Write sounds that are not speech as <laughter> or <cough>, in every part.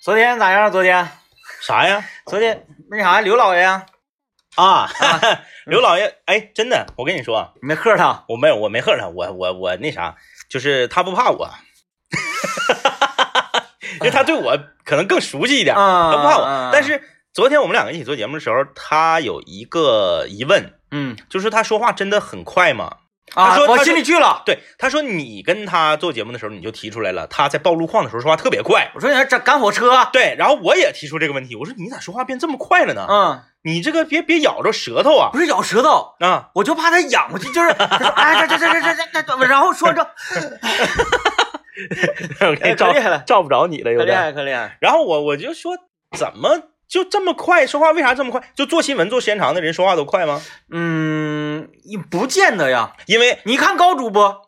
昨天咋样？昨天，啥呀？昨天那啥，刘老爷呀，啊， <laughs> 刘老爷，哎，真的，我跟你说啊，你没喝他？我没有，我没喝他，我我我那啥，就是他不怕我， <laughs> 因为他对我可能更熟悉一点，他啊，不怕啊我。但，是昨天我们两个一起做节目的时候，他有一个疑问，嗯，就是他说话真的很快吗？啊，他说我他心里去了。对，他说你跟他做节目的时候，你就提出来了，他在报路况的时候说话特别快。我说你还赶赶火车？对，然后我也提出这个问题，我说你咋说话变这么快了呢？嗯，你这个别别咬着舌头啊不是咬舌头， <laughs> 啊！我就怕他仰过去，就是， <laughs> 他说哎，这这这这这这这，然后说这，我给 <laughs> 哎，你可照厉害了，照不着你了，可有厉点。害，可厉害。然后我我就说，怎么就这么快？说话为啥这么快？就做新闻做时间长的人说话都快吗？嗯，也不见得呀。因为你看高主播，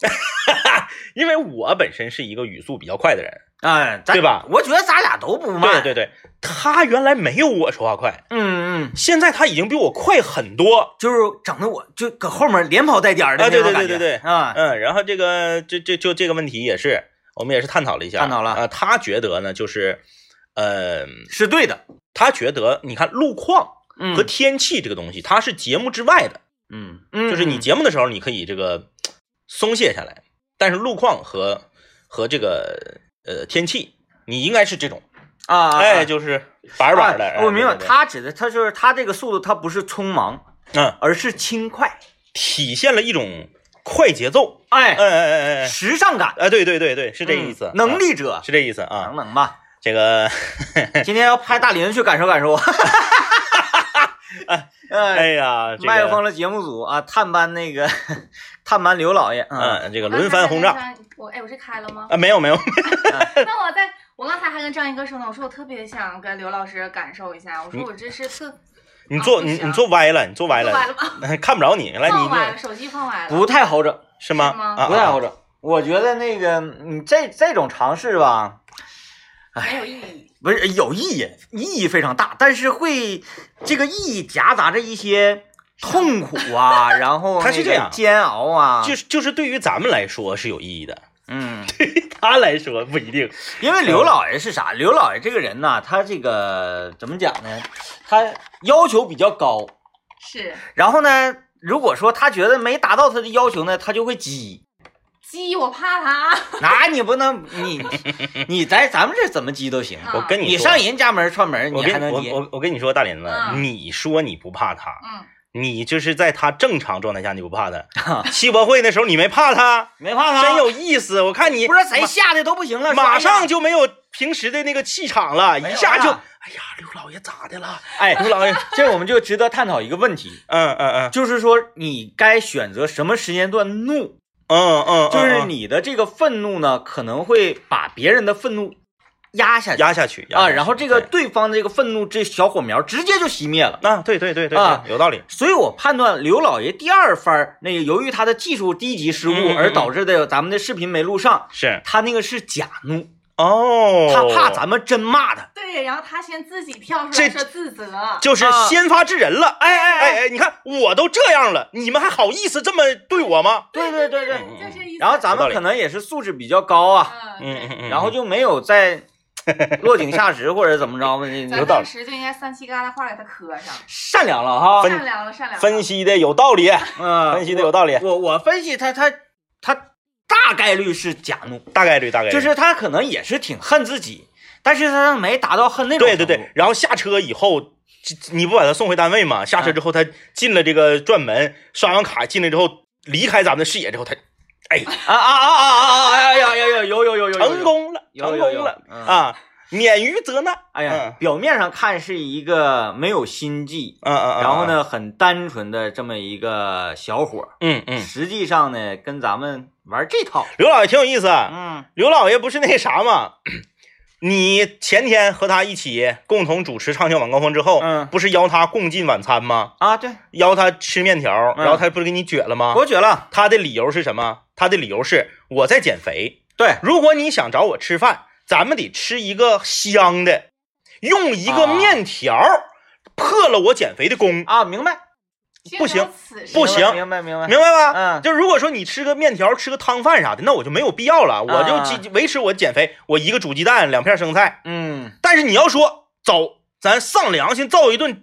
因为我本身是一个语速比较快的人，哎，咱对吧？我觉得咱俩都不慢。对对对，他原来没有我说话快，嗯嗯，现在他已经比我快很多。就是整的我就搁后面连跑带颠儿的啊那对种感对觉。对对对啊，嗯，然后这个这这就这个问题也是，我们也是探讨了一下，探讨了啊、他觉得呢，就是，呃，是对的。他觉得你看路况嗯和天气这个东西，它是节目之外的，嗯嗯，就是你节目的时候你可以这个松懈下来，但是路况和和这个呃天气，你应该是这种，啊，啊哎，。就是板板的。啊哎我明白，对对对他指的他就是他这个速度，他不是匆忙，嗯，而是轻快，体现了一种快节奏，哎哎，哎哎哎哎，时尚感，哎，对对对对，是这个意思，嗯能啊力哎者，是这意思啊能，能吧？这个。今天要拍大林去感受感受，哎， <laughs> 哎呀，这个麦克风的节目组啊，探班那个探班刘老爷，啊，嗯，这个轮番轰炸。刚才我哎，我是开了 <laughs> 吗？啊，没有没有，那我在我刚才还跟张一哥说呢，我说我特别想跟刘老师感受一下，我说我这是特你坐你你坐歪了，你坐 <laughs> 歪做完了，了吗？ <laughs> 看不着你。来，放歪了，你手机放歪了。不太好整，是吗？是吗啊，不太啊好整。我觉得那个你这这种尝试吧，没有意义。不是有意义，意义非常大，但是会这个意义夹杂着一些痛苦 <laughs> 啊，然后它那是个这样煎熬啊，就是就是对于咱们来说是有意义的，嗯，他来说不一定。因为刘老爷是啥？刘老爷这个人呐、他这个怎么讲呢？他要求比较高，是然后呢，如果说他觉得没达到他的要求呢，他就会激。鸡，我怕它。那你不能你你在咱们这怎么激都 <laughs> 行，啊我跟你哎说，上人家门串门，我你还跟能我激？我我跟你说，大林子，嗯你说你不怕他，嗯，你就是在他正常状态下你不 <laughs> 怕啊他。世博会那时候你没怕他，没怕他，真有意思。我看啊你不知道谁吓得都不行了，说马哎呀上就没有平时的那个气场了，没一有啊下就了哎呀，刘老爷咋的了？哎，刘老爷，这我们就值得探讨一个问题，嗯嗯嗯就是说你该选择什么时间段怒，嗯嗯，就是你。你的这个愤怒呢，可能会把别人的愤怒压下去压下去压下啊，去然后这个对对方的这个愤怒这小火苗直接就熄灭了。啊，对对对对对啊有道理。所以我判断刘老爷第二番儿那个，由于他的技术低级失误嗯嗯而导致的咱们的视频没录上，是他那个是假怒，哦，他怕咱们真骂他。对，然后他先自己跳出这来说自责。就是啊先发制人了。哎哎哎哎哎，你看我都这样了，你们还好意思这么对我吗？对对对嗯对。就这意思。然后咱们可能也是素质比较高啊，嗯，嗯嗯嗯，然后就没有在落井下石或者怎么着嘛， <laughs> 这咱这当时就应该三七疙瘩话给他磕上。善良了哈。善良了，善良了。分析的有道理，嗯，分析的有道理，我我分析他他他大概率是假怒，大概率大概率就是他可能也是挺恨自己，但是他没达到恨那种对对程度对。然后下车以后。这你不把他送回单位吗？下车之后，他进了这个转门，刷完卡进来之后，离开咱们的视野之后，他，哎，啊啊啊啊啊啊！哎呀呀呀，有有有有有成！功了，有有成有功了嗯啊，免于责难。哎呀嗯，表面上看是一个没有心计，嗯嗯嗯。然后呢很单纯的这么一个小伙，嗯？嗯嗯。实际上呢跟咱们玩这套。刘老爷挺有意思啊，嗯刘老爷不是那啥吗？你前天和他一起共同主持《畅销晚高峰》之后，嗯不是邀他共进晚餐吗？啊，对，邀他吃面条，嗯然后他不是给你撅了吗？我觉了，他的理由是什么？他的理由是我在减肥。对，如果你想找我吃饭，咱们得吃一个香的，啊用一个面条、破了我减肥的功。啊，明白。竟不然有行此事不行明白明白，明白吧？嗯就如果说你吃个面条、吃个汤饭啥的，那我就没有必要了，我啊就基维持我减肥，我一个煮鸡蛋，两片生菜。嗯，但是你要说走，咱上梁先造一顿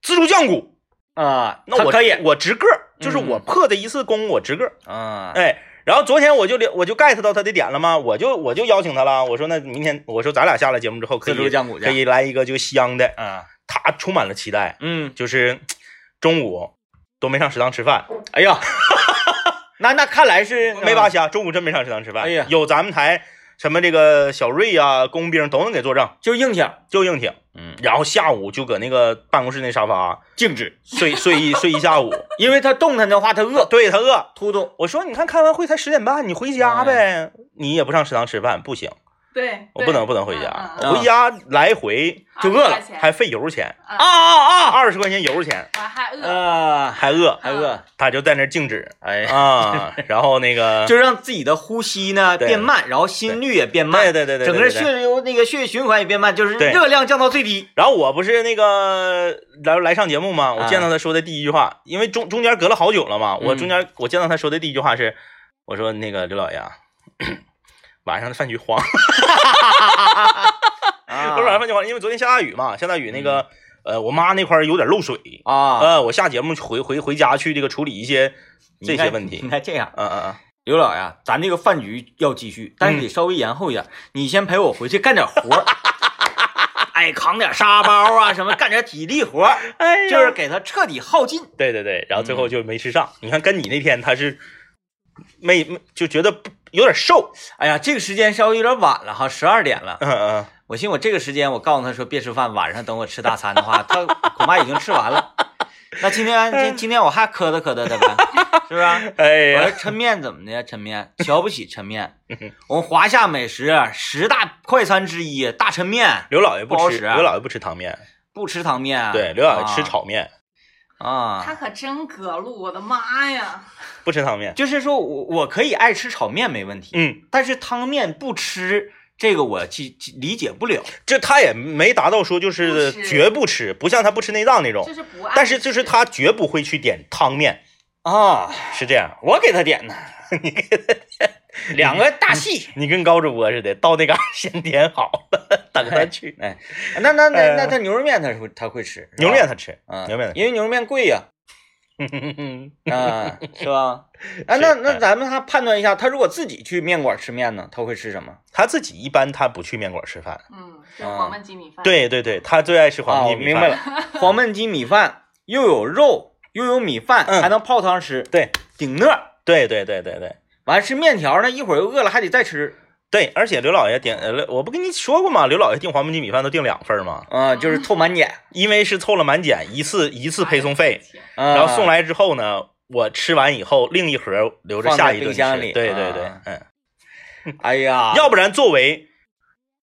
自助酱骨，啊，那我可以，我值个儿，就是嗯我破的一次功，我值个儿。啊，哎，然后昨天我就了我就 get 到他的点了吗？我就我就邀请他了，我说那明天我说咱俩下了节目之后可自助以酱骨去可以来一个这个香的，啊，他充满了期待，嗯，就是中午都没上食堂吃饭，哎呀， <laughs> 那那看来是嗯没扒，瞎，中午真没上食堂吃饭，哎呀有咱们台什么这个小瑞呀、工兵都能给作证，就硬挺，就硬挺，嗯，然后下午就搁那个办公室那沙发静止，睡睡一睡一下午，因为他动弹的话，他饿，对他饿，突动，我说你看开完会才十点半，你回哎家呗，你也不上食堂吃饭不行。对，我对不能不能回呃家嗯，嗯啊我回家来回就饿了二十块钱还费油钱，啊啊啊，二十块钱油钱，我还呃饿，啊，还饿，还饿，他就在那儿静止哎， <laughs> 啊，然后那个就让自己的呼吸呢对变慢，然后心率也变慢，对对对对对整个对对血流那个血液循环也变慢，就是对热量降到最低。然后我不是那个来来上节目嘛，我见到他说的第一句话，因为中中间隔了好久了嘛，我啊嗯中间我见到他说的第一句话是，我说那个刘老爷啊。 <clears throat> 晚上的饭局黄，啊不是 <laughs> 晚上饭局黄，因为昨天下大雨嘛，下大雨那个，呃，我妈那块儿有点漏水，嗯啊，呃，我下节目回回回家去这个处理一些你这看些问题你，看这样，嗯嗯嗯，刘老呀，咱这个饭局要继续，但是得稍微延后一点。你先陪我回去干点活儿， <laughs> 哎，扛点沙包啊，什么干点体力活儿，哎就是给他彻底耗尽。对对对，然后最后就没吃上。嗯你看，跟你那天他是没没就觉得不有点瘦，哎呀，这个时间稍微有点晚了哈，十二点了。嗯嗯，我寻思我这个时间，我告诉他说别吃饭，晚上等我吃大餐的话，他恐怕已经吃完了。那今天今今天我还磕碜磕碜他呗， <laughs> 是不是？哎我说呀，嗯抻面怎么的呀？抻面瞧不起抻面，我们华夏美食十大快餐之一大抻面，刘老爷不不好吃，使啊刘老爷不吃汤面，不吃汤面啊。对，刘老爷吃啊炒面，他啊，可真隔路，我的妈呀！不吃汤面。就是说我我可以爱吃炒面没问题，嗯，但是汤面不吃这个我其其理解不了。这他也没达到说就不是吃绝不吃，不像他不吃内脏那种就，是不爱吃，但是就是他绝不会去点汤面，啊，是这样。我给他点的，你给他点两个大戏。你跟高主播似的，到那嘎、先点好 <laughs> 了，等他去。哎， <laughs> 那那那哎那他牛肉面他会他会吃牛肉面他吃，嗯啊，牛肉面他因为牛肉面贵 <laughs> 呀，吃。啊，是 <laughs> 吧？啊，是那那哎咱们还判断一下，他如果自己去面馆吃面呢，他会吃什么？他自己一般他不去面馆吃饭，嗯，就是黄焖鸡米饭，，啊对对对，他最爱吃黄啊，焖我鸡米明饭。白了，黄焖鸡米饭又有肉又有米饭，嗯还能泡汤吃，对顶乐。对对对对对完吃面条呢，一会儿又饿了还得再吃对，而且刘老爷订，呃，我不跟你说过吗？刘老爷订黄焖鸡米饭都订两份儿吗？啊、就是凑满减因为是凑了满减，一次一次配送费，啊，然后送来之后呢，我吃完以后另一盒留着下一顿吃放在冰箱里对对对啊，嗯，哎呀，要不然作为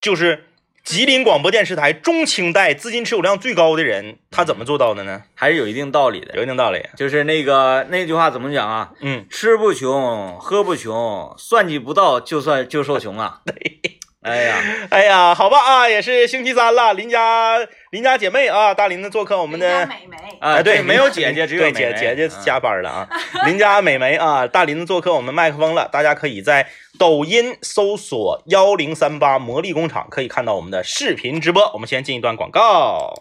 就是吉林广播电视台中青代资金持有量最高的人，他怎么做到的呢？还是有一定道理的。有一定道理。就是那个那句话怎么讲啊？嗯，吃不穷，喝不穷，算计不到就算就受穷 <laughs> 啊。对，哎呀，哎呀，好吧啊，也是星期三了，邻家邻家姐妹啊，大林子做客我我们的美眉，啊，哎对，没有姐姐，只有对妹姐妹姐姐啊加班了啊。邻家美眉啊，大林子做客我们麦克风了，大家可以在抖音搜索幺零三八魔力工厂，可以看到我们的视频直播。我们先进一段广告。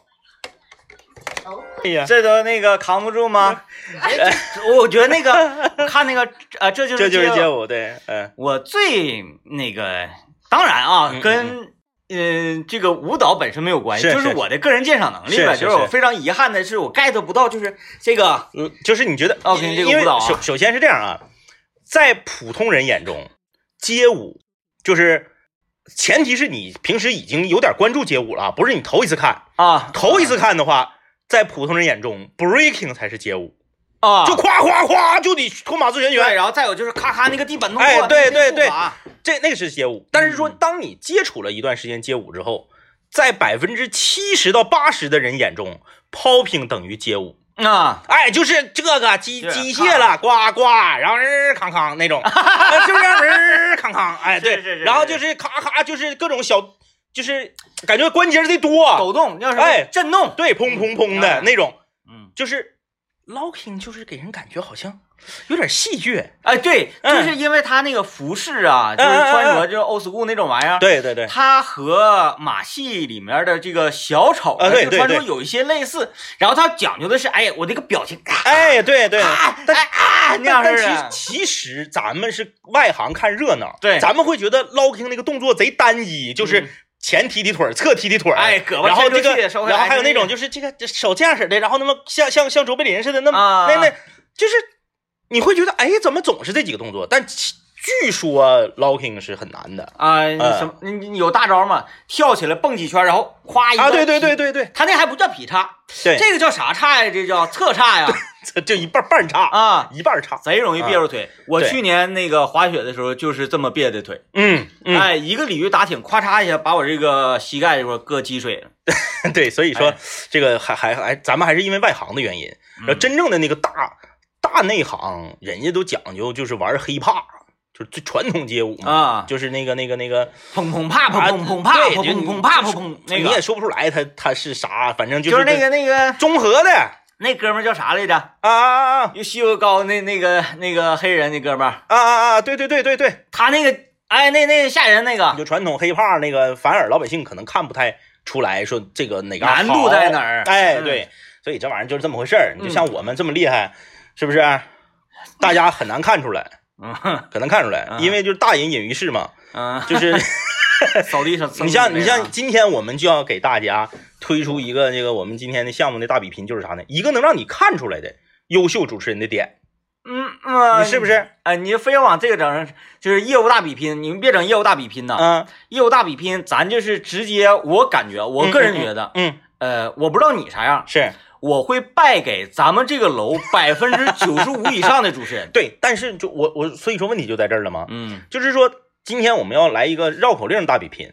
哦哎呀，这都那个扛不住 <laughs> 吗？哎这我觉得那个看那个啊，这就是这就是街街舞。舞，对，嗯，我最那个，当然啊，嗯跟嗯这个舞蹈本身没有关系，是就是我的个人鉴赏能力呗。是是就是我是非常遗憾的是，我 get 不到，就是这个嗯就是你觉得，奥平这个因为舞蹈啊首首先是这样啊，在普通人眼中，街舞就是前提是你平时已经有点关注街舞了啊，不是你头一次看，啊头一次看的话，在普通人眼中，breaking 才是街舞。啊，就夸夸夸就得托马斯旋对，旋，然后再有就是咔咔那个地板动作，哎那个对对步对伐这那个是街舞。但是说，当你接触了一段时间街舞之后，在百分之七十到八十的人眼中，popping 等于街舞。啊，哎，就是这个机是机械了，呱呱，然后日康康那种，哎是不是日康康？哎，是对，是是是然后就是咔咔，就是各种小，就是感觉关节儿得多，抖动要是哎震动，对，砰砰砰的嗯那种，嗯就是 locking 就是给人感觉好像有点戏谑。哎，对，嗯就是因为他那个服饰啊，就是穿着就是 old school 那种玩意儿，对对对，他和马戏里面的这个小丑啊呢，对就对穿对着有一些类似，然后他讲究的是，哎，我这个表情，啊哎，对对，啊但哎啊那样但式但的，其其实咱们是外行看热闹，对咱们会觉得 locking 那个动作贼单一，就是嗯前踢踢腿儿，侧踢踢腿儿，哎胳膊然后伸出这个，去手然后来还有这那个种就是这个这手这样式儿的，然后那么像像像卓别林似的，那么、啊那那就是你会觉得哎，怎么总是这几个动作？但其据说 locking 是很难的啊，嗯什么？你你有大招吗？跳起来蹦几圈，然后哎夸一啊！个对对劈对，对对他那还不叫劈叉，对，这个叫啥叉呀？这叫侧叉呀！这就一半儿半儿差，啊，一半儿差，贼容易啊别着腿。我对去年那个滑雪的时候就是这么别的腿，嗯嗯，哎，一个鲤鱼打挺，咵嚓一下把我这个膝盖这块硌积水了。 <laughs> 对，所以说哎嗯这个还还还，咱们还是因为外行的原因。然后真正的那个大大内行，人家都讲究就是玩黑怕，就是最传统街舞嘛，啊， <laughs> 就是那个那个那个，砰砰啪砰砰砰啪啊对砰就你砰砰啪砰砰，那你也个说不出来他他是啥，反正就就是那这个那个综合的啊那哥们儿叫啥来着？啊啊就西游高那那个那个黑人那哥们儿，啊啊啊！对对对对对，他那个哎那那吓人那个就传统黑怕那个，反而老百姓可能看不太出来说这个哪个难度好在哪儿？哎，嗯，对，所以这玩意儿就是这么回事儿。你就像我们这么厉害，是不是？啊大家很难看出来，嗯很难看出来，嗯因为就是大隐隐于市 <laughs> 嘛。嗯，就是扫地上，哎你像你像今天我们就要给大家推出一个这个我们今天的项目的大比拼，就是啥呢？一个能让你看出来的优秀主持人的点，嗯嗯，你是不是？哎，你非要往这个整上，就是业务大比拼，你们别整业务大比拼呐。嗯业务大比拼，咱就是直接，我感觉，我个人觉得，嗯，呃，我不知道你啥样，是我会败给咱们这个楼百分之九十五以上的主持 <laughs> 人。对，但是就我我所以说问题就在这儿了吗？嗯，就是说今天我们要来一个绕口令大比拼，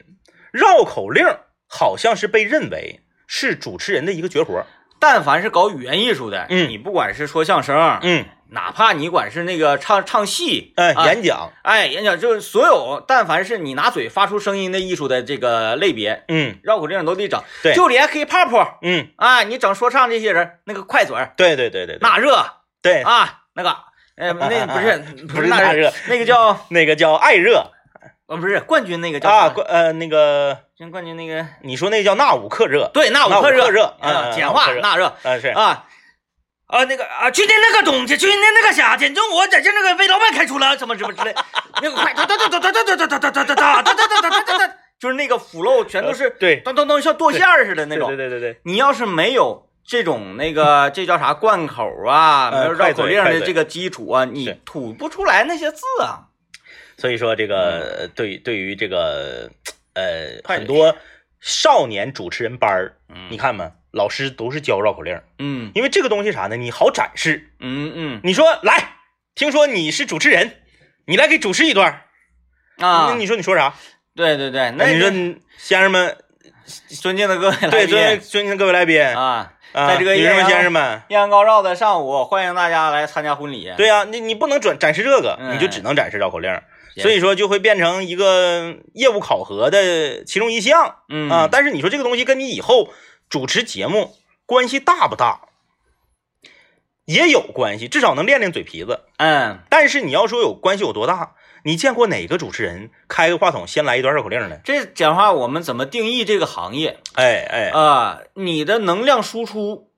绕口令好像是被认为是主持人的一个绝活儿，但凡是搞语言艺术的，嗯你不管是说相声，嗯，哪怕你管是那个唱唱戏，呃，啊演讲，哎，演讲就是所有，但凡是你拿嘴发出声音的艺术的这个类别，嗯绕口令都得整，对就连 hiphop 嗯，啊，你整说唱这些人，那个快嘴儿，对对对对对那热对，啊，那个，呃，那不是不不是是那那热，那个叫那个叫艾热呃不是冠军那个叫啊，冠关呃那个。冠军那个你说那叫纳吾克热，对那那克克热嗯嗯啊，简那化吾克热那热啊是，啊。啊，那个啊，去年那个东西，去年那个啥，简直我在这那个被老板开除了，什么什么之类，那个快，哒哒哒哒哒哒哒哒哒哒哒哒哒哒哒哒哒，就是那个腐肉全都是对噔噔噔像剁馅儿似的那种对。对对对对，你要是没有这种那 <laughs> 个这叫啥贯口啊，没呃有快绕嘴口令快的嘴这个基础啊，是你吐不出来那些字啊。所以说这个对对于这个呃快很多少年主持人班儿，嗯你看嘛，老师都是教绕口令儿，嗯因为这个东西啥呢？你好展示，嗯你说来，听说你是主持人，你来给主持一段儿，嗯啊那，你说你说啥？哎对对对，那你说那你先生们，尊敬的各位来对，宾尊敬尊敬的各位来宾啊，啊，在这个女士艳们阳先生们。艳阳高照的上午，欢迎大家来参加婚礼。，对呀、啊你你不能展展示这个，嗯你就只能展示绕口令儿，行所以说就会变成一个业务考核的其中一项嗯啊。但是你说这个东西跟你以后主持节目关系大不大，也有关系，至少能练练嘴皮子。嗯，但是你要说有关系有多大，你见过哪个主持人开个话筒先来一段绕口令呢？这讲话我们怎么定义这个行业哎哎，啊、你的能量输出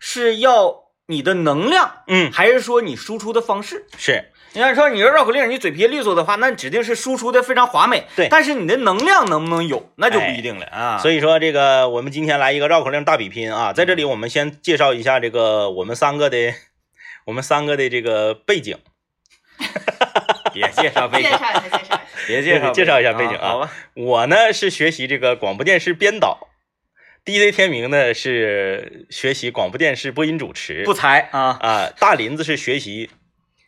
是要你的能量，嗯，还是说你输出的方式？是你要说你说绕口令，你嘴皮利索的话，那指定是输出的非常华美。对哎但是你的能量能不能有，那就不一定了啊。嗯所以，以说这个我们今天来一个绕口令大比拼啊，在这里我们先介绍一下这个我们三个的我们三个的这个背景，别介绍背介景， <laughs> 绍一下，介绍一下。别介绍介绍一下背景啊好吧？我呢是学习这个广播电视编导，DJ 天明呢是学习广播电视播音主持，不猜啊，啊、大林子是学习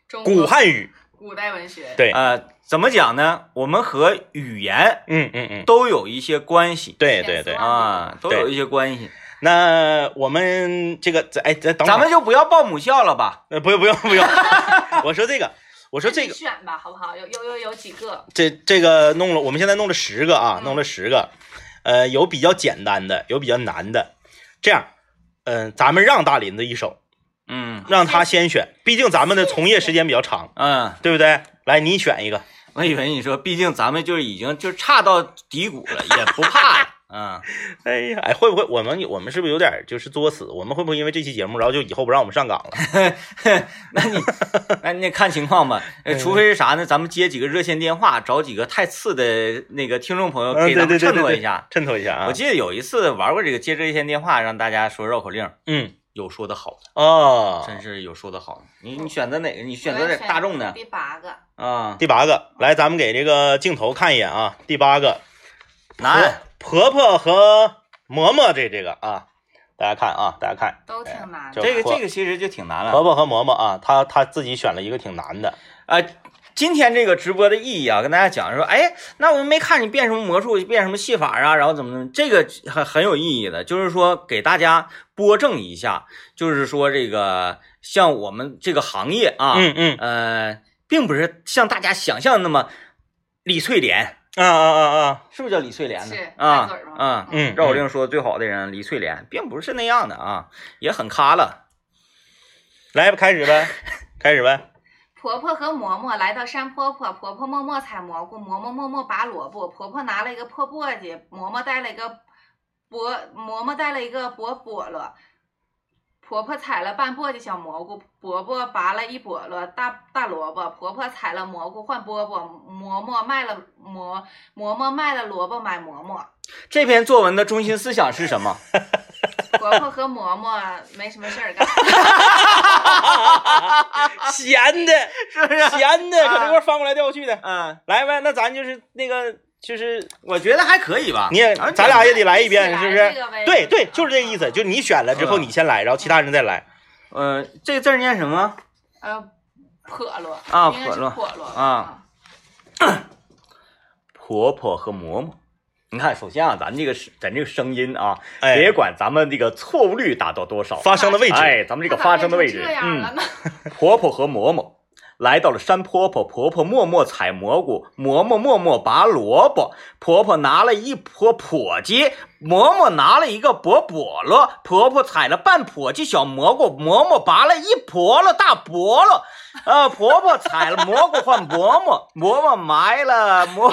中国古汉语，古代文学，对，呃，怎么讲呢？我们和语言嗯嗯嗯，都有一些关系对对对。啊，都对有一些关系。那我们这个，咱哎，咱等会儿咱们就不要报母校了吧？呃不用不用不用， <laughs> 我说这个，我说自这己个，选吧，好不好？有有有有几个？这这个弄了，我们现在弄了十个啊，嗯弄了十个，呃，有呃比较简单的，有比较难的，这样，嗯、咱们让大林子一手，嗯让他先选，毕竟咱们的从业时间比较长，嗯，对不对？来，你选一个，我以为你说，毕竟咱们就是已经就差到低谷了，也 <laughs> 不怕了。嗯， <laughs> 哎呀，哎，会不会我们我们是不是有点就是作死？我们会不会因为这期节目，然后就以后不让我们上岗了？那你那你看情况吧，呃除非是啥呢？咱们接几个热线电话，找几个太次的那个听众朋友 <laughs> 嗯给对咱们对对衬对托对一下。 <laughs> 衬托一下啊我。记得有一次玩过这个接热线电话，让大家说绕口令，嗯有说的好的，哦，真是有说的好的。你你选择哪个？你选我择要点大众的第八个，啊？第八个，来，咱们给这个镜头看一眼啊。第八个，难，哎婆婆和嬷嬷这这个啊，大家看啊，大家看，都挺难就的。这个婆这个其实就挺难了。婆婆和嬷嬷啊，她她自己选了一个挺难的，啊，今天这个直播的意义啊，跟大家讲说，哎，那我们没看你变什么魔术，变什么戏法啊，然后怎么怎么，这个很很有意义的，就是说给大家拨正一下，就是说这个像我们这个行业啊，嗯嗯呃，并不是像大家想象的那么李翠莲，啊啊啊啊，是不是叫李翠莲呢？是大啊嘴儿吗啊，嗯，绕口令说的最好的人李翠莲，并不是那样的啊，也很咖了，来吧，开始呗，开始呗，婆婆和嬷嬷来到山坡坡，婆婆默默采蘑菇，嬷嬷默默拔萝卜。婆婆拿了一个破簸箕，嬷嬷带了一个薄，嬷嬷带了一个薄菠萝。婆婆采了半簸箕小蘑菇，婆婆拔了一菠萝大大萝卜。婆婆采了蘑菇换饽饽，嬷嬷卖了蘑，嬷嬷卖了萝卜买馍馍。这篇作文的中心思想是什么？婆婆和嬷嬷没什么事 <laughs> 儿干。 <laughs> <laughs> 闲的，是不是？闲的，搁这块翻过来调过去的，嗯，来呗，那咱就是那个就是。我觉得还可以吧。你也，而且咱俩也得来一遍，一起是来不这个是呗？对对，就是这意思，嗯就是你选了之后，嗯你先来，然后其他人再来。呃，这个字儿念什么？呃，破落啊应该破是落破落啊。婆婆和嬷嬷。你看，首先啊，咱这个是咱这个声音啊，哎别管咱们这个错误率达到多少，发生的位置，哎，咱们这个发声的位置，这样啊了嗯，呢？婆婆和嬷嬷。来到了山坡坡，婆婆默默采蘑菇，嬷嬷默默拔萝卜。婆婆拿了一坡簸箕，嬷嬷拿了一个薄簸箩。婆婆采了半簸箕小蘑菇，嬷嬷拔了一笸箩大笸箩。呃，婆婆采了蘑菇换嬷嬷，嬷嬷埋了蘑。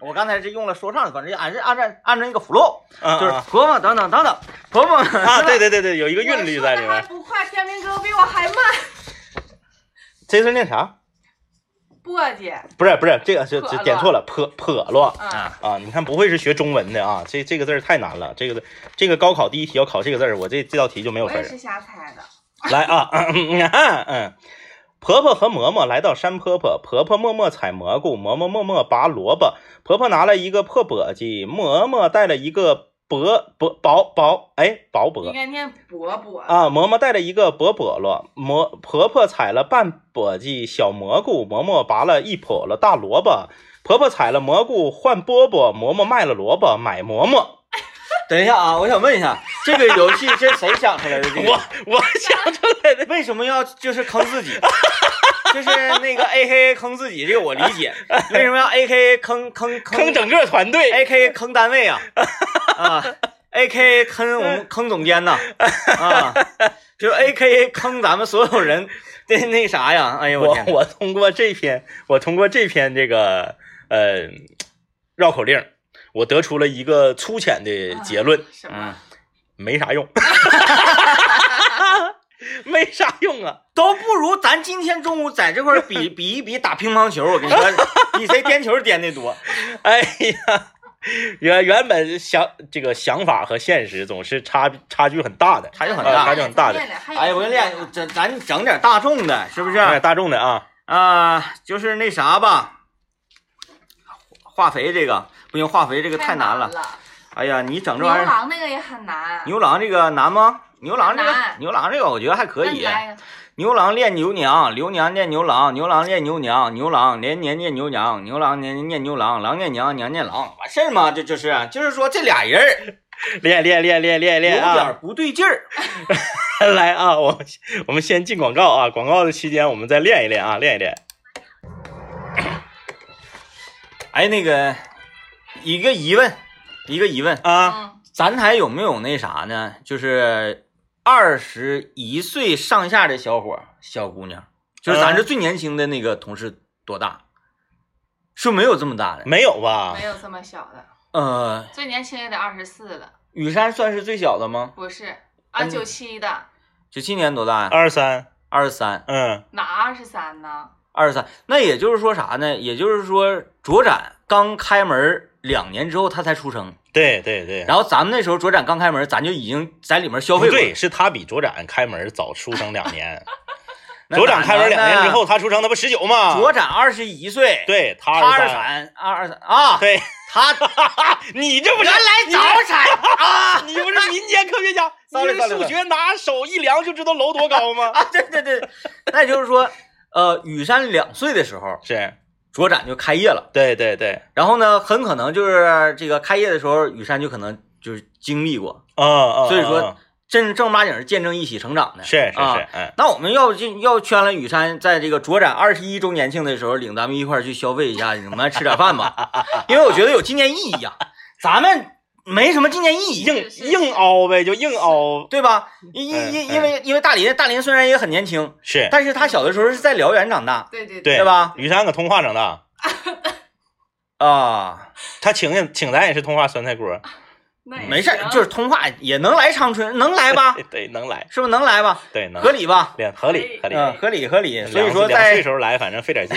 我刚才是用了说唱的，反正按是按照按照那个 flow，嗯就是嗯婆婆等等等等，婆婆 <laughs> 啊，对对对对，有一个韵律在里我说的面。还不快，天明哥比我还慢。 <laughs> 这字念啥？簸箕，不是不是，这个是破这了点错了，破破落嗯，啊！你看不会是学中文的啊？这这个字儿太难了，这个字这个高考第一题要考这个字儿，我这这道题就没有我分也儿了。是瞎猜的。来啊，嗯， <laughs> 婆婆和嬷嬷来到山坡坡，婆婆默默采蘑菇，嬷嬷默默拔萝卜，婆婆拿了一个破簸箕，嬷嬷带了一个薄薄薄薄哎薄簸应，该念饽饽。啊，嬷嬷带了一个薄簸箩，嬷婆婆采了半簸箕小蘑菇，嬷嬷拔了一笸箩大萝卜，婆婆采了蘑菇换饽饽，嬷嬷卖了萝卜买馍馍。等一下啊，我想问一下，这个游 <laughs> 戏是谁想出来的？这个、我想出来的，为什么要就是坑自 <laughs> 己？就是那个 A K A 坑自己，这个我理 <laughs> 解。为什么要 A K A 坑坑坑个团队。 A K 坑单 <laughs> 位啊？啊，A K 坑我们坑总监呐、啊，就是 A K 坑咱们所有人的那啥呀？哎呦我天哪！我通过这篇，我通过这篇这个呃绕口令，我得出了一个粗浅的结论，什嗯么？，没啥 <laughs> 用， <laughs> 没啥用啊。都不如咱今天中午在这块儿 <laughs> 比比一比打乒乓球，我跟你说，比谁颠球颠的多。 <laughs> 哎呀，原原本想这个想法和现实总是差差距很大的，差距呃很大还差距很大的哎，我跟你讲，咱咱整点大众的，是不是？有点大众的啊。啊、就是那啥吧，化肥这个不行，化肥这这个太难了了。。哎呀，你整这牛玩意儿，郎那个也很难。牛郎这个难吗？牛郎这个难，牛郎这个我觉得还可那你以。来一个牛郎恋牛娘，牛娘念牛郎，牛郎恋牛娘，牛郎年年念牛娘，牛郎年年念牛郎，郎念娘，娘念郎，完事儿吗？这就是，就是说这俩人儿练练练练练有练点啊！儿不对劲儿。 <laughs> 来啊，我们我们先进广告啊，广告的期间我们再练一练啊，练一练。哎，那个一个疑问，一个疑问，啊，嗯，咱台有没有那啥呢？就是二十一岁上下的小伙儿小姑娘，就是咱嗯这最年轻的那个同事多大？是不是没有这么大的？没有吧没？有这么小的，呃，最年轻也得二十四了，雨山算是最小的吗？不是啊，嗯九七的九七年多大呀？二十三，二十三，嗯，哪二十三呢？二十三。那也就是说啥呢？也就是说卓展刚开门两年之后他才出生，对对对。然后咱们那时候卓展刚开门，咱就已经在里面消费不过。对，是他比卓展开门早出生两年。 <laughs> 那卓展咋开门能两年之呢后，，他出生那不十九吗？卓展二十一岁，对他他二二十三，三，二二三啊，对他你这不是原来早产啊 <laughs> 你不是民间科学家， <laughs> 你糟了这糟了数学拿手一量就知道楼多高吗？啊！对对对，那也就是说，呃，羽山两岁的时候， <laughs> 是，卓展就开业了。对对对，然后呢，很可能就是这个开业的时候，羽山就可能就是经历过，嗯嗯，所以说嗯正正儿八经是见证一起成长的。是是是啊，嗯，那我们要进要圈了羽山，在这个卓展二十一周年庆的时候，领咱们一块儿去消费一下，你们吃点饭 <laughs> 吧，因为我觉得有纪念意义呀、咱们没什么纪念意义，硬是是硬凹呗，就硬凹，对吧？嗯因哎因因因为因为大林大林虽然也很年轻，是但是他小的时候是在辽源长大对对哎对对吧于山搁通化长大，啊，他请的请咱也是通化酸菜锅，那也没事儿，哎行就是通话也能来长春，能来吧 <laughs> 对？对，能来，是不是能来吧？对能合，理吧？两合理嗯合可以理。嗯，合理合理。所以说两岁在时候来，反正费点 <laughs> 劲。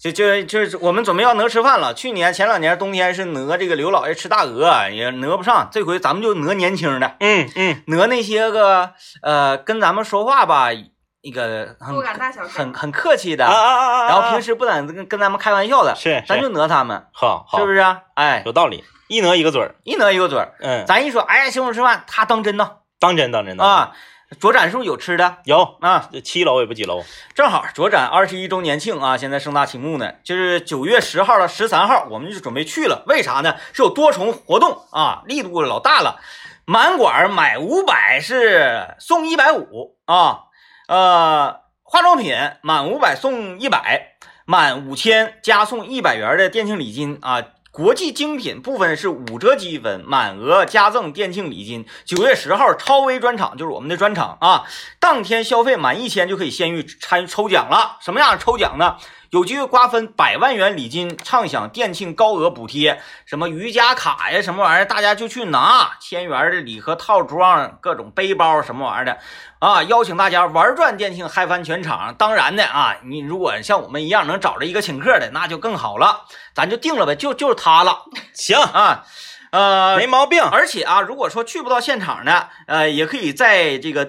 就就就是我们准备要讹吃饭了。去年前两年冬天是讹这个刘老爷吃大鹅，啊也讹不上，这回咱们就讹年轻的，嗯嗯，讹那些个呃跟咱们说话吧，一个很不敢大小很声，很客气的，啊啊啊啊啊！然后平时不敢跟跟咱们开玩笑的，是，咱就是讹他们。好好是不，是、哎，有道理，一挪一个嘴儿。一讹一个准儿。嗯，咱一说，哎呀，请我吃饭，他当真呢当真当真当真，啊。卓展是不是有吃的有啊？这七楼也不几楼。正好卓展二十一周年庆啊，现在盛大启幕呢，就是九月十号到十三号，我们就准备去了。为啥呢？是有多重活动啊，力度老大了。满馆儿买五百是送一百五啊，呃，化妆品满五百送一百，满五千加送一百元的店庆礼金啊。国际精品部分是五折积分，满额加赠店庆礼金。九月十号超威专场就是我们的专场啊，当天消费满一千就可以参与参与抽奖了。什么样的抽奖呢？有机会瓜分百万元礼金，畅享店庆高额补贴，什么瑜伽卡呀，什么玩意儿，大家就去拿千元的礼盒套装，各种背包什么玩意儿的，啊，邀请大家玩转店庆，嗨翻全场。当然的啊，你如果像我们一样能找着一个请客的，那就更好了，咱就定了呗，就就是他了行，啊，呃，没毛 <laughs> 病。而且啊，如果说去不到现场呢，呃，也可以在这个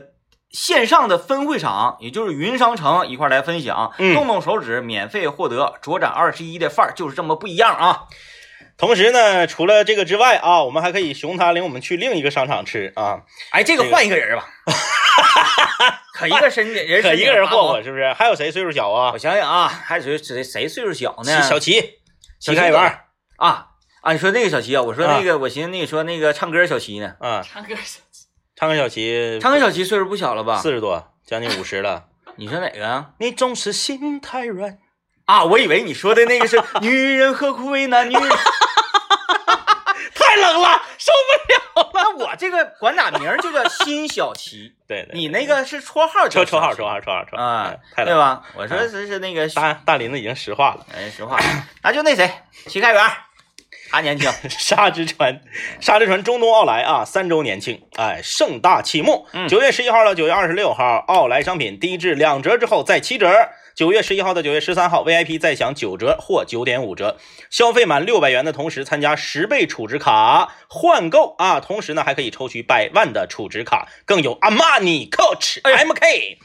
线上的分会场，也就是云商城一块儿来分享，嗯动动手指，免费获得卓展二十一的范儿，就是这么不一样啊！同时呢，除了这个之外啊，我们还可以熊他领我们去另一个商场吃啊，哎，这个换一个 <laughs> 人吧，可一个身人可身一个人八毛霍霍，是不是？还有谁岁数小啊我？想想啊，还谁谁谁岁数小齐呢？小齐，小齐开元儿啊啊！你说那个小齐啊，我说那个，我寻思那个说那个唱歌小齐呢，啊，唱 <laughs> 歌小唱歌小齐，唱歌小齐岁数不小了吧？四十多，将近五十了。你说哪个啊？你总是心太软，啊，我以为你说的那个是 <laughs> “女人何苦为难女人太冷了，受不了。”，那我这个管打名儿就叫辛晓琪，对对，你那个是绰号叫抽抽号小齐抽号抽号抽号啊嗯，太对冷。吧？我说这是那个，大大林子已经石化了。哎，实话，那就那谁，齐开元儿，他年轻，沙之船，沙之船中东奥莱啊，三周年庆，哎，盛大启幕嗯。九月十一号到九月二十六号，奥莱商品低至两折之后再七折。九月十一号到九月十三号，VIP 再享九折或九点五折。消费满六百元的同时，参加十倍储值卡换购啊，同时呢还可以抽取百万的储值卡，更有阿玛尼、Coach、哎 MK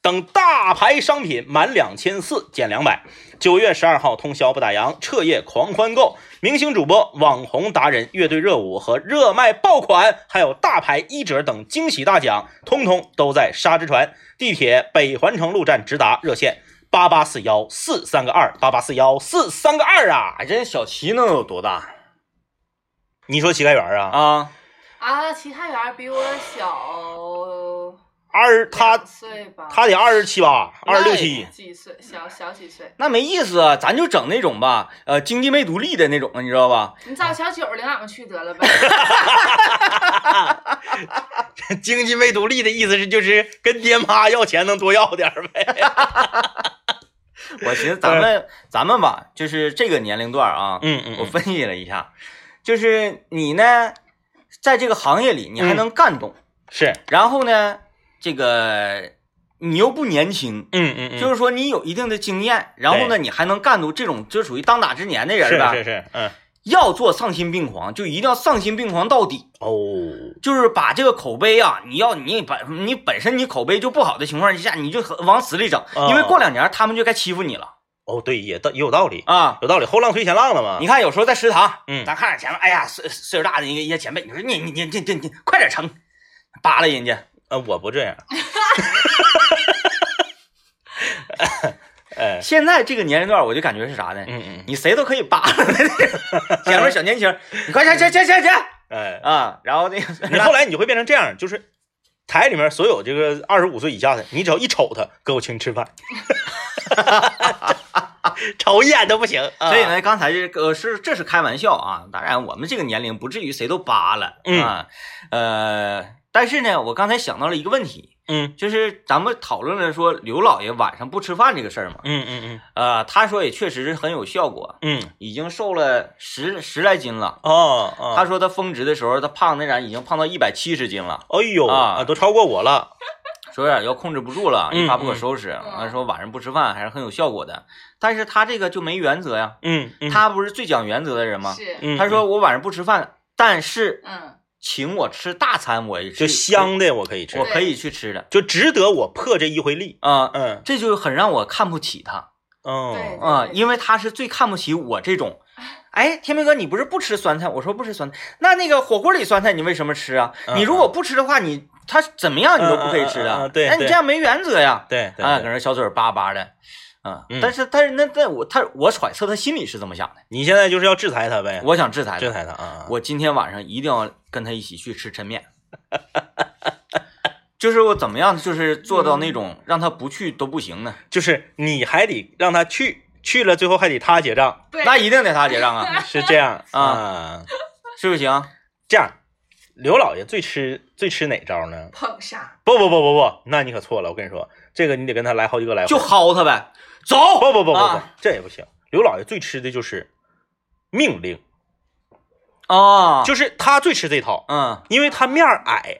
等大牌商品满两千四减两百。九月十二号通宵不打烊，彻夜狂欢购，明星主播、网红达人、乐队热舞和热卖爆款，还有大牌一折等惊喜大奖，通通都在沙之船地铁北环城路站直达，热线八八四幺四三个二八八四幺四三个二啊！ <laughs> 哎，这小齐能有多大你说乞丐园啊，啊？啊，齐开元比我小二他两岁吧，他得二十七八，二十六那七，几岁，小小几岁。那没意思啊，咱就整那种吧，呃，经济没独立的那种，你知道吧？你找小九儿领俺们去得了呗。 <laughs> 经济没独立的意思是就是跟爹妈要钱能多要点儿呗。我寻思咱们咱们吧，就是这个年龄段啊，嗯嗯我嗯，分析了一下，就是你呢，在这个行业里你还能干动，是，然后呢，这个你又不年轻。嗯嗯嗯，就是说你有一定的经验，然后呢，你还能干出这种就属于当打之年的人是呗。是是，嗯，要做丧心病狂，就一定要丧心病狂到底，哦，就是把这个口碑啊，你要你本你本身你口碑就不好的情况下，你就很往死里整，哦因为过两年他们就该欺负你了哦，对，也道也有道理，啊。有道理，后浪推前浪了嘛。你看，有时候在食堂，嗯咱看着前面，哎呀，岁岁数大的一个一些前辈，你说你你你你你你快点成，扒拉人家，呃，我不这 <laughs> 样。哎，现在这个年龄段，我就感觉是啥呢？嗯嗯，你谁都可以扒 <laughs> 拉的那种，前面小年轻，你快去去去去去哎，啊！然后那个，你后来你就会变成这样，就是台里面所有这个二十五岁以下的，你只要一瞅他，哥我请你吃饭， <laughs> 瞅一眼都不行。啊所以，呢，刚才这个呃是这是开玩笑啊，当然我们这个年龄不至于谁都扒拉嗯啊，呃，但是呢，我刚才想到了一个问题，嗯就是咱们讨论了说刘老爷晚上不吃饭这个事儿嘛，嗯嗯呃，他说也确实是很有效果，嗯嗯，已经瘦了十十来斤了。哦哦，他说他峰值的时候，他胖那啥已经胖到一百七十斤了，哎呦啊都超过我了。说有点要控制不住了，嗯一发不可收拾。嗯啊说晚上不吃饭还是很有效果的，但是他这个就没原则呀，嗯嗯，他不是最讲原则的人吗？是，嗯他说我晚上不吃饭，但是嗯，请我吃大餐，我也就香的我可以吃我，可以去吃的就值得我破这一回力。啊、嗯这就很让我看不起他对啊、哦，因为他是最看不起我这 <laughs> 种。哎，天明哥，你不是不吃酸菜？我说不吃酸菜，那那个火锅里酸菜你为什么吃啊？嗯你如果不吃的话，你他怎么样你都不可以吃的。嗯嗯嗯嗯对哎，你对这样没原则呀！对对啊，搁对，那小嘴巴巴的，啊、嗯但是但是那那我他我揣测他心里是这么想的，你现在就是要制裁他呗，我想制裁他制，裁他啊。我今天晚上一定要跟他一起去吃抻面， <laughs> 就是我怎么样，就是做到那种让他不去都不行呢？就是你还得让他去，去了最后还得他结账，对，那一定得他结账 <laughs> 啊，是这样啊啊？是不是行？这样，刘老爷最吃最吃哪招呢？捧杀，不不不不不，那你可错了，我跟你说，这个你得跟他来好几个来回。就薅他呗， <laughs> 走！不不不不不啊，这也不行。刘老爷最吃的就是命令，啊，就是他最吃这套，嗯，因为他面儿矮，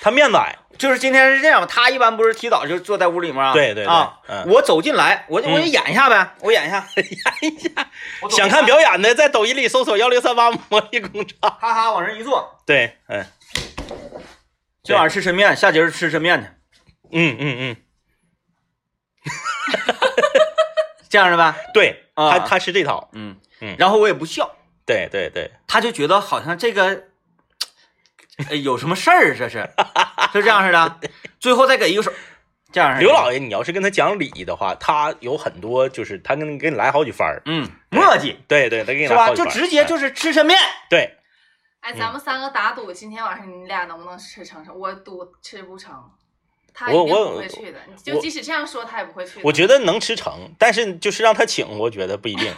他面子矮。就是今天是这样吧，他一般不是提早就坐在屋里面啊，对对对啊，嗯我走进来，我就嗯我就演一下呗，我演一 <laughs> 下，演一下，想看，表演的，在抖音里搜索幺零三八魔力工厂。哈哈，往这一坐，对，嗯今晚上吃抻面，下节儿吃抻面去，嗯嗯嗯，这样的呗，对啊他他吃这套，嗯嗯然后我也不笑。对对对，他就觉得好像这个呃有什么事儿，这是就这样似 <laughs> 的。最后再给一个手，这样似的。刘老爷，爷，你要是跟他讲理的话，他有很多就是他跟给你来好几番儿。嗯，墨迹对对，他给你是来吧？好几就番儿直接哎就是吃抻面，对，哎，嗯咱们三个打赌，今天晚上你俩能不能吃成？我赌吃不成，他一我定我不会去的。你就我即使这样说，他也不会去的。我觉得能吃成，但是就是让他请，我觉得不一定。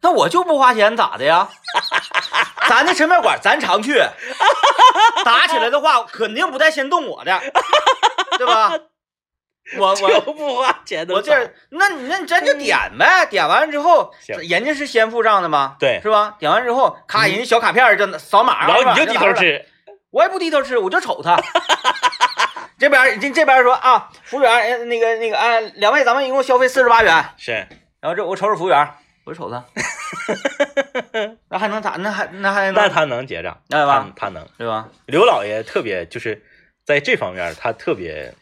那我就不花钱咋的呀？ <laughs> 咱那抻面馆咱常去，打起来的话肯定不带先动我的，对吧？我就 <laughs> 我。不花钱的，我这儿，那你那你咱就点呗，点完了之后，嗯行人家是先付账的吗？对嗯是吧？点完之后，咔，人家小卡片儿就扫码，然后二维你码就低拿头出来吃，我也不低头吃，我就瞅他。 <laughs> 这边儿这这边儿说啊，服务员，哎那个那个，哎，两位，咱们一共消费四十八元。是然后这我瞅瞅服务员，我就瞅 <laughs> 他，那还能咋？那还那还能那他能结账，那吧他他能。对吧？刘老爷特别就是在这方面，他特别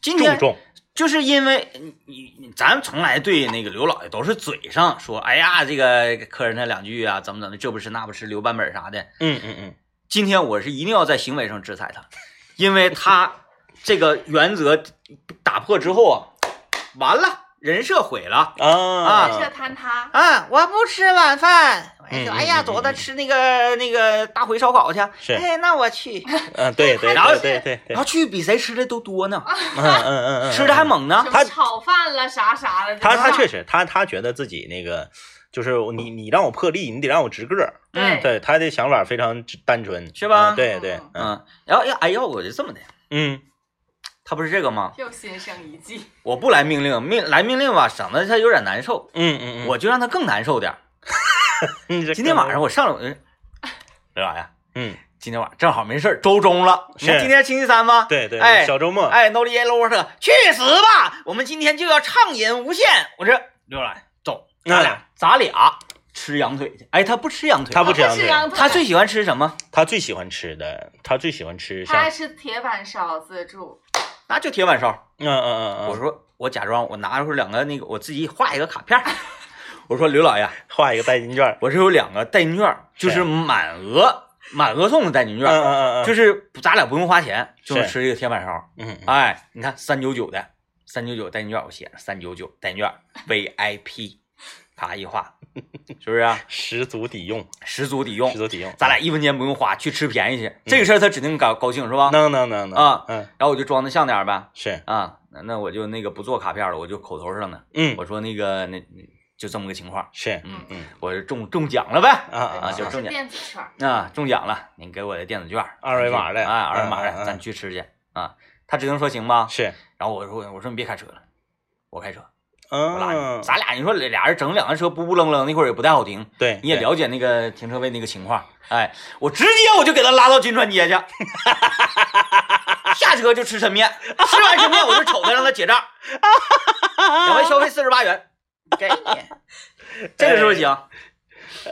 今注天重，就是因为你你你咱从来对那个刘老爷都是嘴上说，哎呀，这个客人他两句啊，怎么怎么，这不是那不是留版本啥的。嗯嗯嗯，今天我是一定要在行为上制裁他， <laughs> 因为他这个原则打破之后啊，完了，人设毁了。啊人设坍塌，啊，我不吃晚饭，我就嗯嗯哎呀，嗯走的嗯吃那个那个大回烧烤去。是哎，那我去，嗯，对对然后对对对对 <laughs> 然，后去比谁吃的都多呢，嗯嗯嗯嗯，吃的还猛啊呢什。么他炒饭了啥啥的，他他就是确实，他他觉得自己那个就是你你让我破例，你得让我直个儿。嗯对，他的想法非常直单纯，是吧嗯对对，嗯嗯，然后要哎呦，我就这么的，嗯，他不是这个吗？又心生一计，我不来命令，命来命令吧，省得他有点难受，嗯嗯，我就让他更难受点儿。我今天晚上我上 <laughs> 了，嗯刘老爷，嗯，今天晚上正好没事儿，周中了，你看是今天星期三吗？对对，哎小周末，哎，No Yellow w 去死吧！我们今天就要畅饮无限。我这刘老爷，走，咱俩、嗯咱俩吃羊腿去。哎，他不吃羊腿， <laughs> 他不 <laughs> 吃羊吃腿羊腿，他最喜欢吃什么？他最喜欢吃的，他最喜欢吃他爱像，吃铁板烧自助，那就铁板烧。嗯嗯嗯我嗯，说我假装我拿出两个那个，我自己画一个卡片儿。 <laughs> 我说刘老爷，画一个代金券儿，我这有两个代金券儿，就是是满额满额送的代金券嗯儿，嗯嗯嗯，就是是咱俩不用花钱就能是吃这个铁板烧。嗯嗯哎，你看三九九的，三九九代金券，我写上三九九代金券 VIP，啪一画，是不是、 <laughs> 啊？十足抵用，十足抵用十，足嗯抵用，咱俩一分钱不用花，去吃便宜去，这个事儿他指定高高兴是吧？能能能能啊嗯然后我就装的像点儿呗，是，啊，那那我就那个不做卡片了，我就口头上的，嗯我说那个那就这么个情况，是，嗯嗯我就中中奖了呗，啊啊啊就吃重点电子 <laughs> 券儿，啊，中奖了，你给我的电子券，二维码的啊，二维码嗯嗯的，嗯咱去吃去啊，他指定说行吧，是，然后我说我说你别开车了，我开车。我拉嗯你，，咱俩你说俩人整两辆车，不不愣愣，那会儿也不太好停。对，你也对了解那个停车位那个情况，哎，我直接我就给他拉到金川街去， <laughs> 下车就吃抻面，吃完抻面我就瞅他让他结账，两位消费四十八元，给 <laughs> 你，这个是不是行？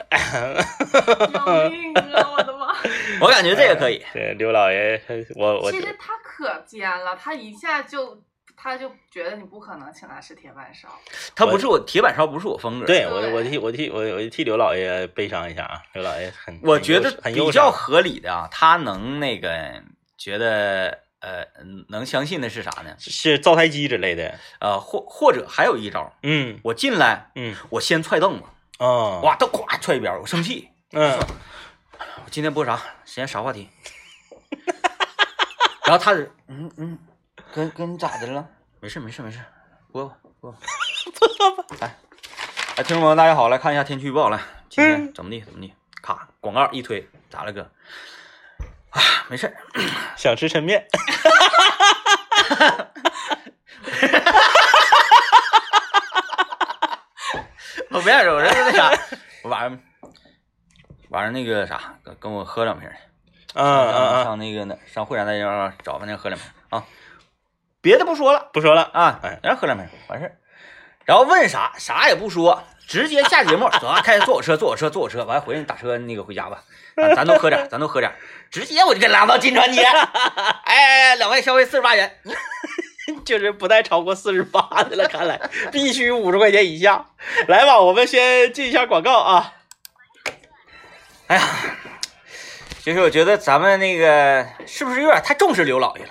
哎救命啊！我的妈！我感觉这个可以，对，刘老爷，我我其实他可尖了，他一下就他就觉得你不可能请他吃铁板烧，他不是我铁板烧，不是我风格，，对我我替我替我我替刘老爷悲伤一下啊，刘老爷很我觉得很比忧较伤，合理的啊，他能那个觉得呃能相信的是啥呢？是灶台鸡之类的，呃，或或者还有一招，嗯我进来，嗯我先踹凳子，啊，哇，凳咵踹一边儿，我生气。嗯我今天播啥？今天啥话题？ <laughs> 然后他是，嗯嗯，跟跟你咋的了？没事没事没事，播吧播 <laughs> 吧。来，来，听众朋友，大家好，来看一下天气预报，来，今嗯天怎么地怎么地？咔，广告一推，咋了哥？ <sighs> 啊，没事儿，想吃抻面， <laughs> 我不认识，我这是那 <laughs> 啥，我晚上晚上那个啥，跟跟我喝两瓶儿去。嗯嗯嗯，上那个哪上会展那地方找饭店喝两瓶啊。别的不说了不说了，啊，哎然后喝两瓶完事儿，然后问啥啥也不说，直接下节目，走啊，开坐我车，坐我车，坐我车，完回去你打车那个回家吧，啊咱都喝点，咱都喝点，直接我就给拉到金川街，哎哎哎，两位消费四十八元，就是不带超过四十八的了，看来 <laughs> 必须五十块钱以下。来吧，我们先进一下广告啊，哎呀，就是我觉得咱们那个是不是有点太重视刘老爷了，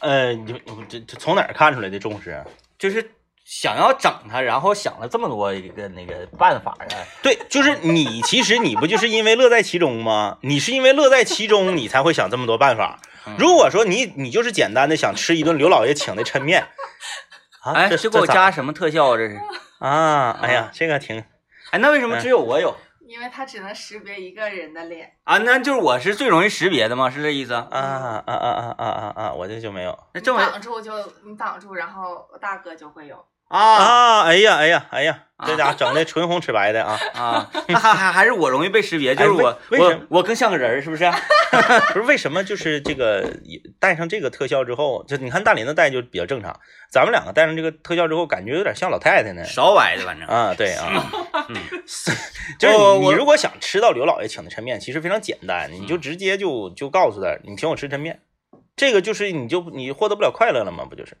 呃，你就这这从哪儿看出来的重视？就是想要整他，然后想了这么多一个那个办法啊。对，就是你，其实你不就是因为乐在其中吗？你是因为乐在其中，你才会想这么多办法。如果说你你就是简单的想吃一顿刘老爷请的抻面，啊，哎，这这给我咋加什么特效啊？这是？啊，哎呀，这个挺哎，那为什么只有我有因为他只能识别一个人的脸，啊？那就是我是最容易识别的吗？是这意思啊？啊啊啊啊啊啊啊，我这就没有那你这么挡住就你挡住，然后大哥就会有。啊啊，哎呀哎呀哎呀，这家伙整的唇红齿白的啊，啊，那还还还是我容易被识别，就哎是为我为什我么我更像个人儿，是不是？啊不是为什么？就是这个也带上这个特效之后，就你看大林子带就比较正常，咱们两个带上这个特效之后，感觉有点像老太太呢。 <laughs> 少歪的，反正啊，对啊， <laughs> 嗯就是我你我嗯你如果想吃到刘老爷请的抻面，其实非常简单，你就直接就就告诉他，你请我吃抻面，这个就是你就你获得不了快乐了吗？不就是，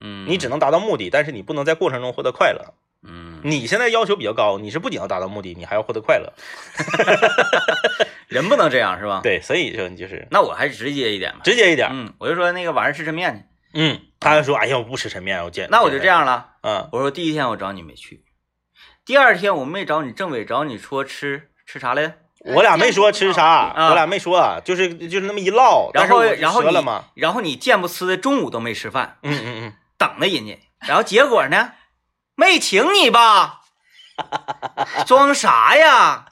嗯，你只能达到目的，但是你不能在过程中获得快乐。嗯，你现在要求比较高，你是不仅要达到目的，你还要获得快乐。人不能这样是吧？，对，所以说你就是那我还是直接一点吧。直接一点。嗯，我就说那个晚上吃抻面去，嗯，他还说，哎呀，我不吃抻面，我见那我就这。样了。嗯我说第一天我找你没去，第二天我没找你，政委找你说吃吃啥来着？我俩没说吃啥，啊我俩没说，就是就是那么一唠，然后但是我然后折了你嘛，然后你见不呲的，中午都没吃饭，嗯嗯嗯，等着人家，然后结果呢，没请你吧？装啥呀？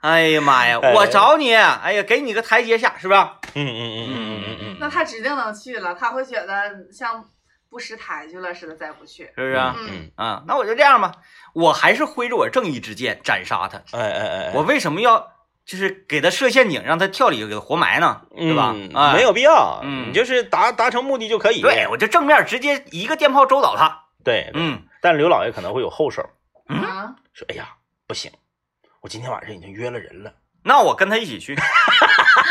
哎呀妈呀！哎我找你，哎呀，给你个台阶下，是不是？嗯嗯嗯嗯嗯那他指定能去了，他会觉得像不识抬举了似的，再不去。是不是啊？嗯，啊，那我就这样吧，我还是挥着我正义之剑斩杀他。哎哎哎，我为什么要就是给他设陷阱，让他跳里头给他活埋呢？对吧？啊，没有必要，嗯你就是达达成目的就可以。对，我就正面直接一个电炮周倒他。对，嗯，但刘老爷可能会有后手，嗯 <laughs> 啊，说哎呀不行，我今天晚上已经约了人了，那我跟他一起去。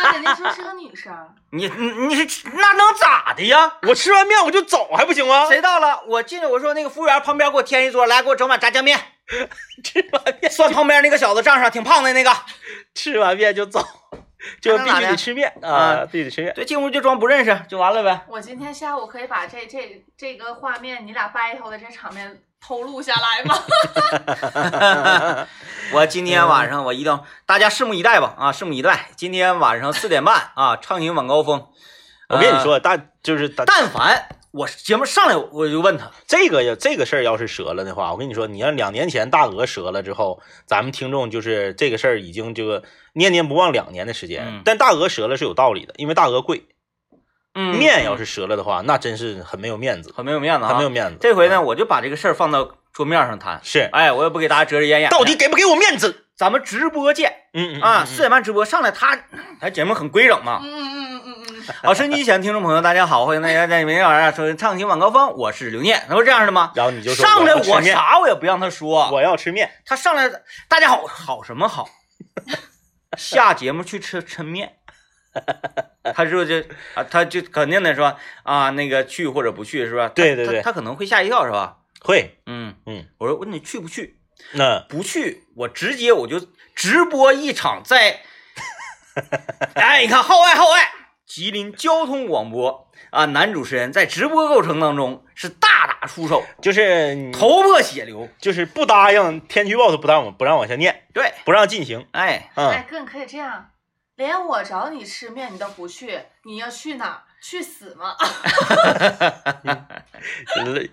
那人家说是个女生，你你你是那能咋的呀？我吃完面我就走还不行吗？谁到了，我进去我说那个服务员旁边给我添一桌，来给我整碗炸酱面， <laughs> 吃完面算旁边那个小子账上，挺胖的那个。吃完面就走，就必须得吃面啊，啊必须得吃面。对，进屋就装不认识就完了呗。我今天下午可以把这这这个画面，你俩 battle 的这场面偷录下来吗？ <laughs> 我今天晚上我一定，大家拭目以待吧啊，拭目以待。今天晚上四点半啊，畅饮晚高峰。我跟你呃说，大就是大但凡我节目上来，我就问他，这个呀，这个事儿要是折了的话，我跟你说，你要两年前大鹅折了之后，咱们听众就是这个事儿已经这个念念不忘两年的时间。嗯但大鹅折了是有道理的，因为大鹅贵，嗯，面要是折了的话，那真是很没有面子，很没有面子啊，很没有面子。嗯这回呢，我就把这个事儿放到桌面上谈。是哎，我也不给大家遮遮掩掩，到底给不给我面子？咱们直播见嗯嗯啊！嗯四点半直播上来他，他节目很规整嘛嗯。嗯嗯嗯嗯 <laughs> 嗯，好，收音机前的听众朋友，大家好，欢迎大家在每天晚啊上收听《畅行晚高峰》，我是刘念，能是这样的吗？然后你就说上来要吃我面，啥我也不让他说，我要吃面。他上来大家好，好什么 <laughs> 好？下节目去吃抻面，他说就啊，他就肯定的是吧？啊，那个去或者不去是吧？他对对对他他可能会吓一跳是吧？会，嗯嗯，我说问你去不去？那不去，我直接我就直播一场 <laughs> 在，哎，你看号外号外，吉林交通广播啊，男主持人在直播过程当中是大打出手，就是你头破血流。就是不答应天气预报，他不让我不让往下念，对，不让进行。哎，嗯，哎，哥，你可以这样，连我找你吃面你都不去，你要去哪儿？去死吗？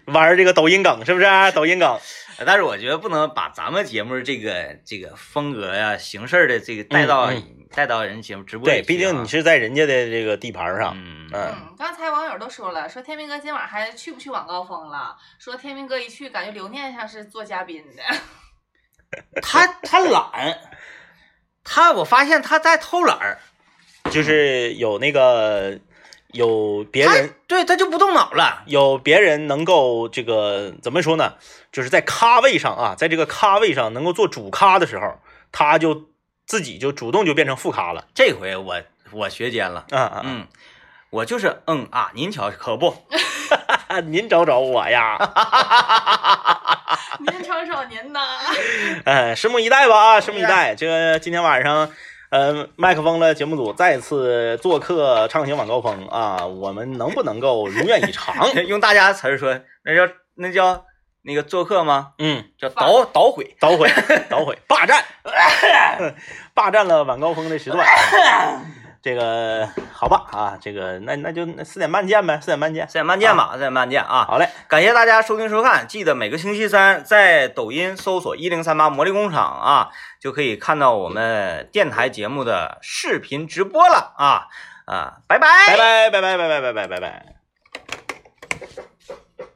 玩这个抖音梗是不是？啊抖音梗，哎但是我觉得不能把咱们节目这个这个风格呀、形式的这个带到、嗯带到人节目直播里对，去啊。毕竟你是在人家的这个地盘上，嗯，嗯，嗯，刚才网友都说了，说天明哥今晚还去不去晚高峰了？说天明哥一去，感觉刘念像是做嘉宾的。 <laughs> 他他懒，他我发现他在偷懒儿，就是有那个有别他人对他就不动脑了。有别人能够这个怎么说呢？就是在咖位上啊，在这个咖位上能够做主咖的时候，他就自己就主动就变成副咖了。这回我我学尖了。啊啊嗯，我就是嗯啊，您瞧，可不，啊！您找找我啊呀，您瞅瞅您呐，呃，拭目以待吧啊，拭目以待。这个今天晚上。呃，麦克风了，节目组再次做客畅行晚高峰啊，我们能不能够如愿 <laughs> 以偿？用大家词儿说，那叫那叫那个做客吗？嗯，叫捣捣毁。捣毁， <laughs> 捣毁，霸占，霸占了晚高峰的时段。这个好吧啊，这个那那就那四点半见呗，四点半见。再慢见吧，再慢见啊！好嘞，感谢大家收听收看，记得每个星期三在抖音搜索“一零三八魔力工厂”啊，就可以看到我们电台节目的视频直播了啊啊！拜拜拜拜拜拜拜拜拜拜拜拜。